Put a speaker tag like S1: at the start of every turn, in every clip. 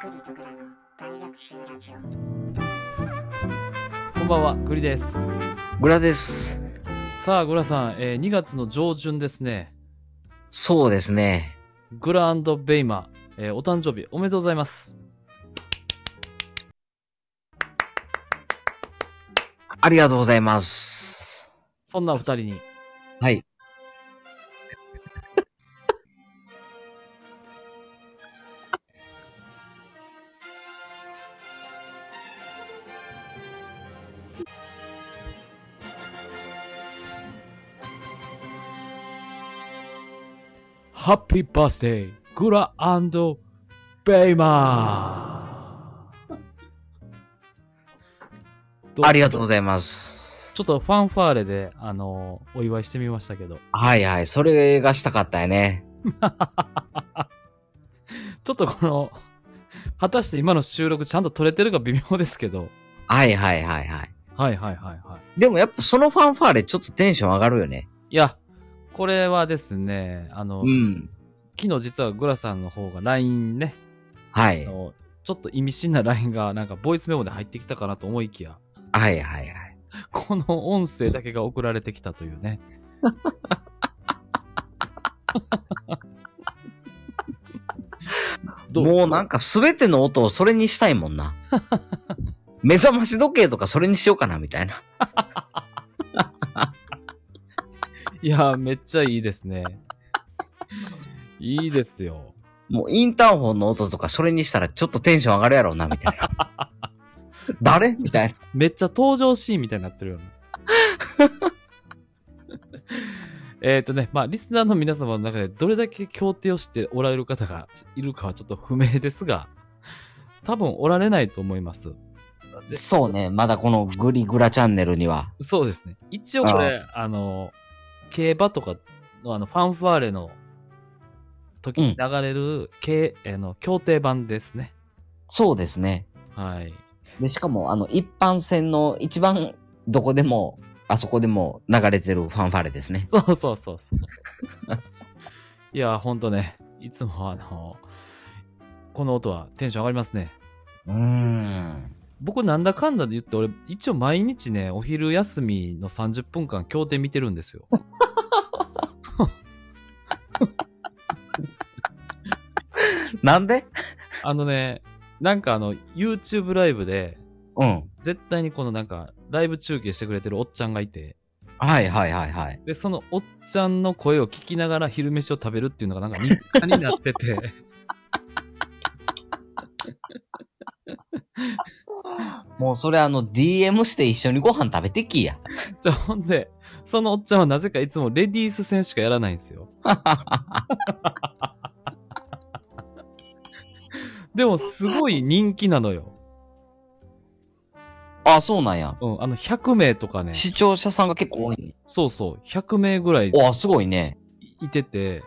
S1: 小倉の大学習ラジオ
S2: こんばんは、栗です。
S3: グラです。
S2: さあ、グラさん、えー2月の上旬ですね、
S3: そうですね。
S2: グラベイマ、えーお誕生日おめでとうございます。
S3: ありがとうございます。
S2: そんなお二人に、
S3: はい。
S2: ハッピーバースデー、グラベイマー
S3: ありがとう
S2: う
S3: ございます
S2: ち。ょっとファンファーレで、あのーお祝いしてみましたけど、
S3: はいはい。それがしたかったよね。
S2: ちょっとこの、果たして今の収録ちゃんと撮れてるか微妙ですけど、
S3: はいはいはいはい。
S2: はいはいはいはい。
S3: でもやっぱそのファンファーレちょっとテンション上がるよね。
S2: いや、これはですね、あの、
S3: うん。
S2: 昨日実はグラさんの方が LINE ね、
S3: はい。
S2: あ
S3: はい
S2: のちょっと意味深な LINE がなんかボイスメモで入ってきたかなと思いきや、
S3: はいはい。
S2: この音声だけが送られてきたという ね。ど
S3: もうなんかすべての音をそれにしたいもん な。目覚まし時計とかそれにしようかなみたいな。
S2: いや、めっちゃいいですね。いいですよ。
S3: もうインターホンの音とかそれにしたらちょっとテンション上がるやろうなみたいな。 誰みたいな。
S2: めっちゃ登場シーンみたいになってるよ ね。えっとね、まあ、リスナーの皆様の中でどれだけ協定をしておられる方がいるかはちょっと不明ですが、多分おられないと思います。
S3: そうね。まだこのグリグラチャンネルには。
S2: そうですね。一応これ、あの、競馬とかのあの、ファンファーレの時に流れる、けあの協定版ですね。
S3: そうですね。
S2: はい。
S3: で、しかも、あの、一般戦の一番どこでも、あそこでも流れてるファンファーレですね。
S2: そうそうそうそう。いや、ほんとね、いつもあの、この音はテンション上がりますね。
S3: うーん。
S2: 僕なんだかんだで言って、俺、一応毎日ね、お昼休みの30分間、協定見てるんですよ。
S3: なんで
S2: あのね、なんかあの、YouTube ライブで、
S3: うん。
S2: 絶対にこのなんか、ライブ中継してくれてるおっちゃんがいて、
S3: はいはいはいはい。
S2: で、そのおっちゃんの声を聞きながら昼飯を食べるっていうのがなんか日課になってて、
S3: もうそれあの、DM して一緒にご飯食べてきや。
S2: じゃあほんで、そのおっちゃんはなぜかいつもレディース戦しかやらないんです よ。でもすごい人気なのよ。
S3: あ、そうなんや。
S2: うん、あの100名とかね、
S3: 視聴者さんが結構多い、
S2: そうそう、100名ぐらい
S3: ね。あ、すごいね。
S2: いてて、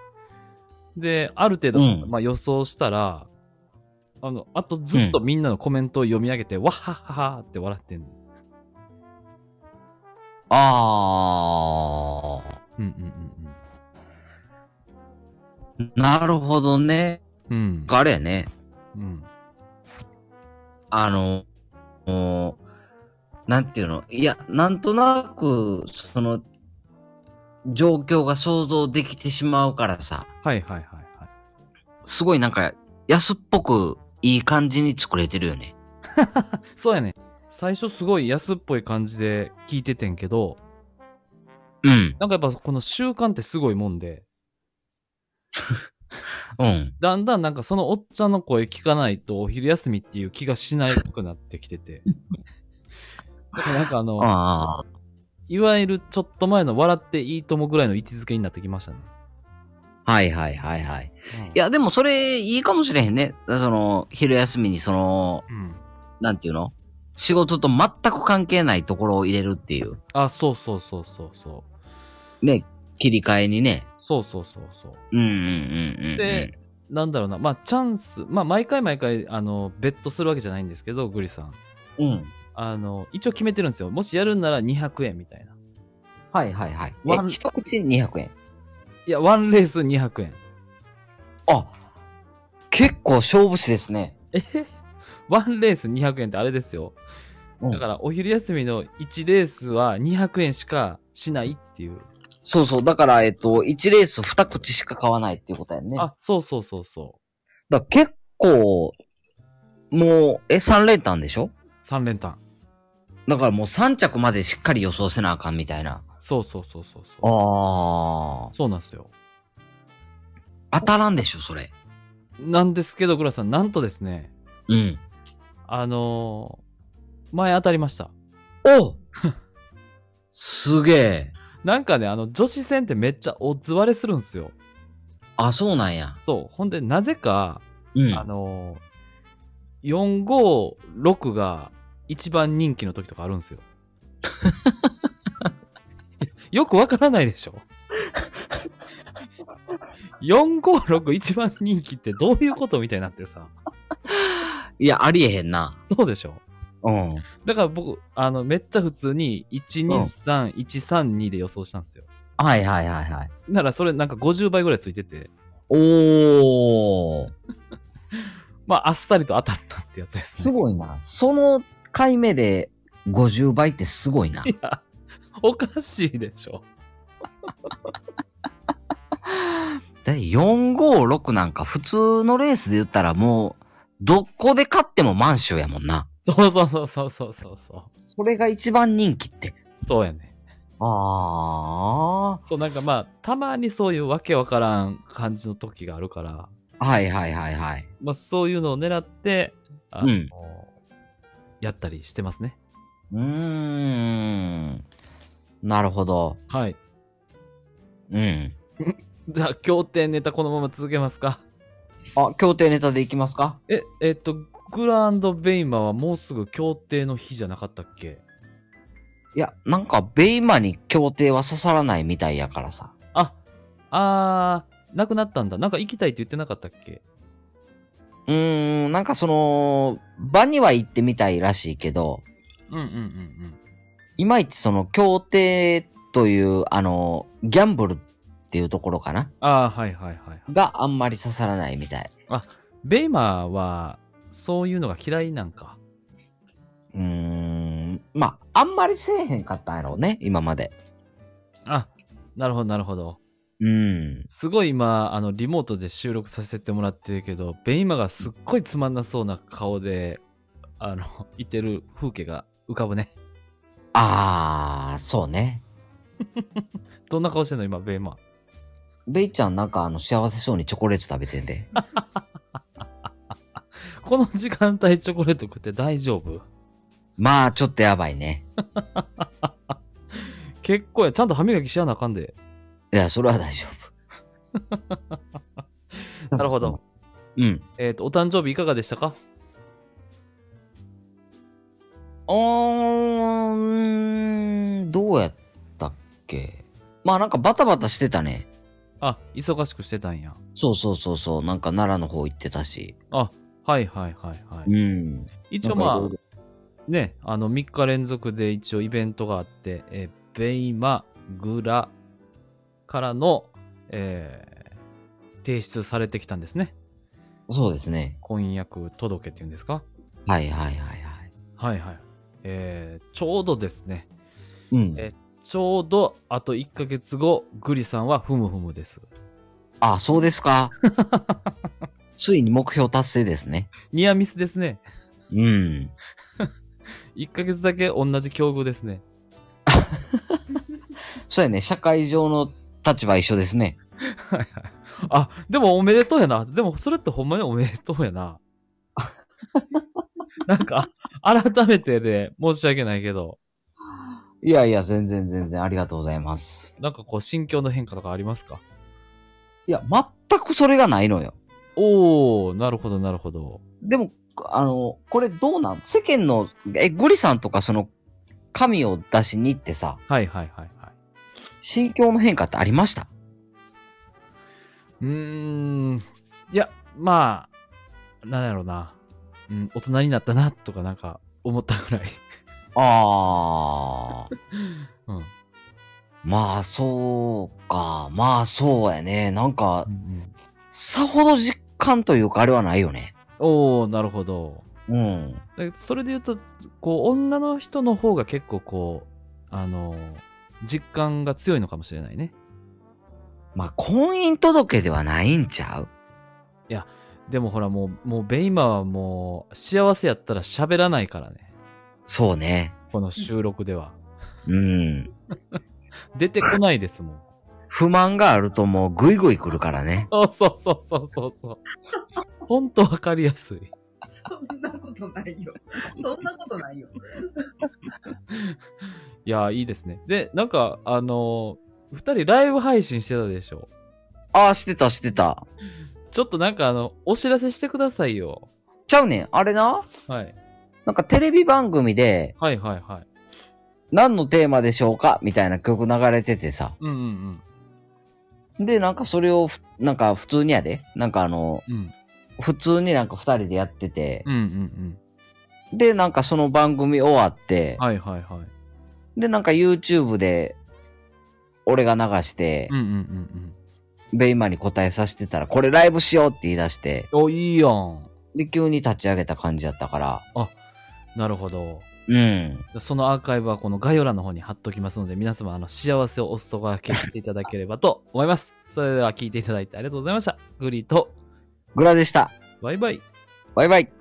S2: で、ある程度、
S3: うん
S2: まあ予想したら、あの、あとずっとみんなのコメントを読み上げて、わっはっはっはって笑ってんの。
S3: あ
S2: うんうん
S3: ー。なるほどね。
S2: うんうん。
S3: あれやね。
S2: うん。うん。
S3: あの、もう、なんていうのいや、なんとなく、その、状況が想像できてしまうからさ、
S2: はいはいはいはい。
S3: すごいなんか、安っぽく、いい感じに作れてるよね。
S2: そうやね。最初すごい安っぽい感じで聞いててんけど、
S3: うん。
S2: なんかやっぱこの習慣ってすごいもんで、
S3: うん。
S2: だんだんなんかそのおっちゃんの声聞かないとお昼休みっていう気がしなくなってきて て。だからなんかあの、
S3: ああ。
S2: いわゆるちょっと前の笑っていいともぐらいの位置づけになってきましたね。
S3: はいはいはいはい。
S2: うん
S3: い、や、でもそれ、いいかもしれへんね。その、昼休みにその、
S2: うん。
S3: なんていうの仕事と全く関係ないところを入れるっていう。
S2: あ、そうそうそうそうそう。
S3: ね、切り替えにね。
S2: そうそうそうそう。
S3: うんうんうんうん、うん。
S2: で、なんだろうな、まあチャンス、まあ毎回毎回、あの、ベットするわけじゃないんですけど、グリさん。
S3: うん。
S2: あの、一応決めてるんですよ。もしやるんなら200円みたいな。
S3: はいはいはい。
S2: ワン
S3: え、一口200円。
S2: いや、ワンレース200円。
S3: あ、結構勝負師ですね。
S2: えワンレース200円ってあれですよ。
S3: うん
S2: だから、お昼休みの1レースは200円しかしないっていう。
S3: そうそう。だから、えっと、1レース2口しか買わないっていうことやんね。
S2: あ、そうそうそうそ
S3: だから結構、もう、え、3連単でしょ
S2: う。3連単。
S3: だからもう3着までしっかり予想せなあかんみたいな。
S2: そうそうそうそうそう。
S3: ああ。
S2: そうなんですよ。
S3: 当たらんでしょ、それ。
S2: なんですけど、グラさん、なんとですね、
S3: うん。
S2: あのー前当たりました。
S3: おすげえ。
S2: なんかね、あの、女子戦ってめっちゃおつ割れするんですよ。
S3: あ、そうなんや。
S2: そう。ほんで、なぜか、
S3: うん。
S2: あのー、456が一番人気の時とかあるん ですよ。よくわからないでしょ ?456 一番人気ってどういうことみたいになってさ。
S3: いや、ありえへんな。
S2: そうでしょ
S3: うん。
S2: だから僕、あの、めっちゃ普通に123132で予想したんですよ。
S3: はいはいはいはい。
S2: ならそれなんか50倍ぐらいついてて、
S3: おー。
S2: まああっさりと当たったってやつです、
S3: すごいな。その回目で50倍ってすごいな。
S2: いや、おかしいでしょ。
S3: で、456なんか普通のレースで言ったらもう、どこで勝っても満州やもんな。
S2: そうそうそうそうそうそうそう。
S3: それが一番人気って。
S2: そうやね。
S3: あ
S2: そう、なんかまあ、たまにそういうわけわからん感じの時があるから、
S3: あ。はいはいはいはい。
S2: まあそういうのを狙って、あ
S3: う
S2: の
S3: ん
S2: やったりしてますね。
S3: うーん。なるほど。
S2: はい。
S3: うん。
S2: じゃあ、協定ネタこのまま続けますか。
S3: あ、協定ネタでいきますか
S2: え、えっと、グランドベイマはもうすぐ協定の日じゃなかったっけ
S3: いや、なんかベイマに協定は刺さらないみたいやからさ。
S2: あ、あー、なくなったんだ。なんか行きたいって言ってなかったっけ
S3: うーん、なんかその、場には行ってみたいらしいけど、
S2: うんうんうんうん。
S3: いまいちその協定という、あの、ギャンブルっていうところかな
S2: あー、はいはいはいはい。
S3: があんまり刺さらないみたい。
S2: ベイマは、そういうのが嫌いなんか。
S3: うーん、まあ、あんまりせえへんかったんやろうね、今まで。
S2: あ、なるほどなるほど。
S3: うん。
S2: すごい今、あの、リモートで収録させてもらってるけど、ベイマがすっごいつまんなそうな顔で、あの、いてる風景が浮かぶね。
S3: あー、そうね。
S2: どんな顔してんの今、ベイマ。
S3: ベイちゃんなんかあの、幸せそうにチョコレート食べてん で。
S2: この時間帯チョコレート食って大丈夫
S3: まあ、ちょっとやばいね。
S2: 結構や、ちゃんと歯磨きしやなあかんで。
S3: いや、それは大丈夫。
S2: なるほど。。
S3: うん。
S2: えっ、と、お誕生日いかがでしたか
S3: あーん、どうやったっけまあなんかバタバタしてたね。
S2: あ、忙しくしてたんや。
S3: そうそうそうそう。なんか奈良の方行ってたし。
S2: はいはいはいは
S3: う
S2: い。
S3: ん。
S2: 一応
S3: なん
S2: ま
S3: かいろいろ
S2: あ、ね、あの、3日連続で一応イベントがあって、えーベイマ、グラからの、えー提出されてきたんですね。
S3: そうですね。
S2: 婚約届っていうんですか
S3: はいはいはいはい。
S2: はいはい。えーちょうどですね、
S3: うん。
S2: えちょうどあと1ヶ月後、グリさんはふむふむです。
S3: あ、そうで すか。ついに目標達成ですね。
S2: ニアミスですね。
S3: うん。
S2: 1ヶ月だけ同じ境遇ですね。
S3: そうやね。社会上の立場一緒ですね。
S2: はいはい。あ、でもおめでとうやな。でもそれってほんまにおめでとうや な。なんか、改めてで申し訳ないけど、
S3: いやいや、全然全然ありがとうございます。
S2: なんかこう心境の変化とかありますか
S3: いや、全くそれがないのよ。
S2: おー、なるほどなるほど。
S3: でも、あの、これどうなん世間の、え、ゴリさんとかその、神を出しに行ってさ、
S2: はいはいはいはい。
S3: 心境の変化ってありました
S2: うーん、いや、まあ、なんやろうな。うん、大人になったな、とかなんか思ったぐらい。
S3: あー。
S2: うん。
S3: まあ、そうか。まあ、そうやね。なんか
S2: う、ん
S3: さほど実感というか、あれはないよね。
S2: おー、なるほど。
S3: うん。
S2: だそれで言うと、こう、女の人の方が結構こう、あの、実感が強いのかもしれないね。
S3: まあ、婚姻届ではないんちゃう
S2: でもほらもう、もうベイマはもう、幸せやったら喋らないからね。
S3: そうね。
S2: この収録では。
S3: うん。
S2: 出てこないですもん。
S3: 不満があるともうグイグイ来るからね。
S2: そうそうそうそうそうそう。ほんとわかりやすい。
S4: そんなことないよ。そんなことないよ。
S2: いやー、いいですね。で、なんか、あのー二人ライブ配信してたでしょ。
S3: ああ、してたしてた。
S2: ちょっとなんかあの、お知らせしてくださいよ。
S3: ちゃうねん。あれな。
S2: はい。
S3: なんかテレビ番組で、
S2: はいはいはい。
S3: 何のテーマでしょうかみたいな曲流れててさ。
S2: うんうん
S3: で、なんかそれをふ、なんか普通にやで。なんかあの、
S2: うん。うん。
S3: 普通になんか二人でやってて
S2: う。んうん
S3: で、なんかその番組終わって
S2: うん。、はいはいはい。
S3: で、なんか YouTube で、俺が流して
S2: うん、うんうん
S3: ベイマに答えさせてたら、これライブしようって言い出して、
S2: うん。お、いいやん。
S3: で、急に立ち上げた感じやったから。
S2: なるほど。
S3: うん。
S2: そのアーカイブはこの概要欄の方に貼っときますので、皆様、あの、幸せをお裾分けしていただければと思います。それでは聞いていただいてありがとうございました。グリーと、
S3: グラでした。
S2: バイバイ。
S3: バイバイ。